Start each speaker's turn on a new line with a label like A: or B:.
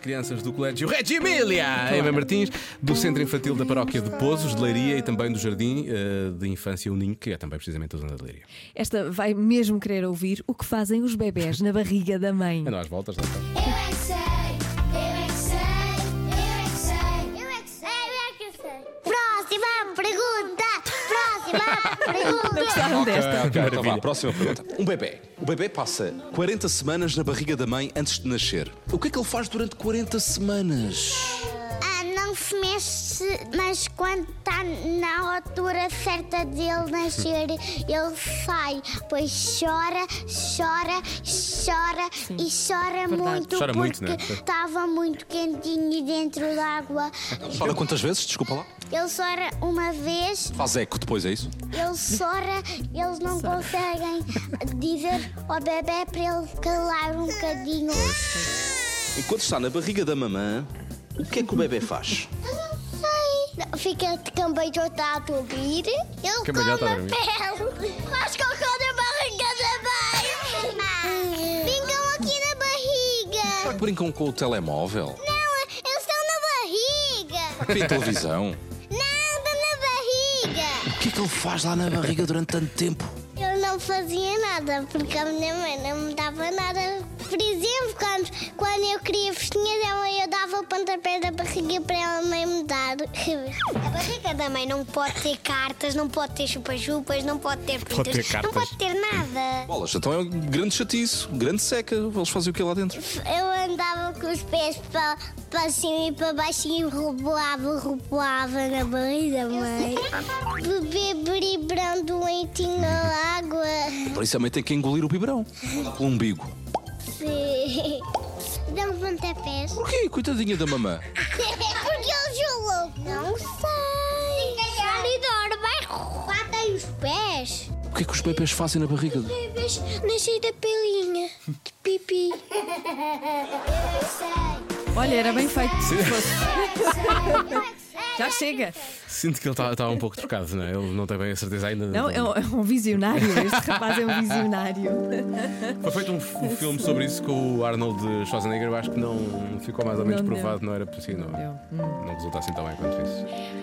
A: crianças do Colégio Regimília, Emma Martins, do Centro Infantil da Paróquia de Pozos, de Leiria e também do Jardim eh, de Infância Uninho, que é também precisamente a zona de Leiria.
B: Esta vai mesmo querer ouvir o que fazem os bebés na barriga da mãe.
A: É nós, voltas lá. está.
C: Eu é que sei, eu é que sei, eu é que sei, eu é que sei, eu é que sei. Próxima pergunta, próxima
B: Não gostaram
C: pergunta.
B: desta?
A: Ok,
D: Então vá,
A: maravilha.
D: próxima pergunta. Um bebê. O bebê passa 40 semanas na barriga da mãe antes de nascer. O que é que ele faz durante 40 semanas?
C: Ah, não se mexe, mas quando está na altura certa dele nascer, ele sai, pois chora, chora, chora e chora muito
A: Chora muito,
C: porque
A: né?
C: estava muito quentinho dentro d'água.
D: Chora quantas vezes? Desculpa lá.
C: Ele chora uma vez
D: Faz eco depois, é isso?
C: Ele chora, eles não conseguem dizer ao bebê para ele calar um bocadinho.
D: Enquanto está na barriga da mamã, o que é que o bebê faz?
C: Não, Fica de cambalhota a ouvir. Ele
A: Cambalhota a
C: come
A: dormir.
C: pele. Faz cocô na barriga da mãe. Brincam aqui na barriga.
D: Será que brincam um com o telemóvel?
C: Não, eles estão na barriga.
D: Vê a televisão?
C: Não, estão na barriga.
D: O que é que ele faz lá na barriga durante tanto tempo?
C: Eu não fazia nada, porque a minha mãe não me dava nada. Por exemplo, quando, quando eu queria festinha dela, eu dava o pontapé da barriga para ela mãe me dar. A barriga da mãe não pode ter cartas, não pode ter chupa-chupas, não pode ter
A: Pode ter cartas. não pode
C: ter nada.
D: Bolas, então é um grande chatice, grande seca. Eles fazem o que lá dentro?
C: Eu andava com os pés para, para cima e para baixo e rebolava, rebolava na barriga da mãe. Bebê bribrando lentinho um na água.
D: Principalmente tem que engolir o biberão. Pelo umbigo.
C: Sim. Dá um pontapés.
D: Porquê? Coitadinha da mamã.
C: Porque ele gelou. Não sei. Salidor, vai. Batem os pés.
D: O que é que os bebês fazem na barriga?
C: Bebês nasci da pelinha. De pipi.
B: Olha, era bem feito. se fosse. Já chega.
A: Sinto que ele está está um pouco trocado, não é? Ele não tem bem a certeza ainda.
B: Não, é um, é um visionário. Este rapaz é um visionário.
A: Foi feito um, f- um filme sobre isso com o Arnold Schwarzenegger, eu acho que não ficou mais ou menos
B: Não deu.
A: provado, não era possível, não,
B: Deu.
A: não resulta assim tão bem quanto isso.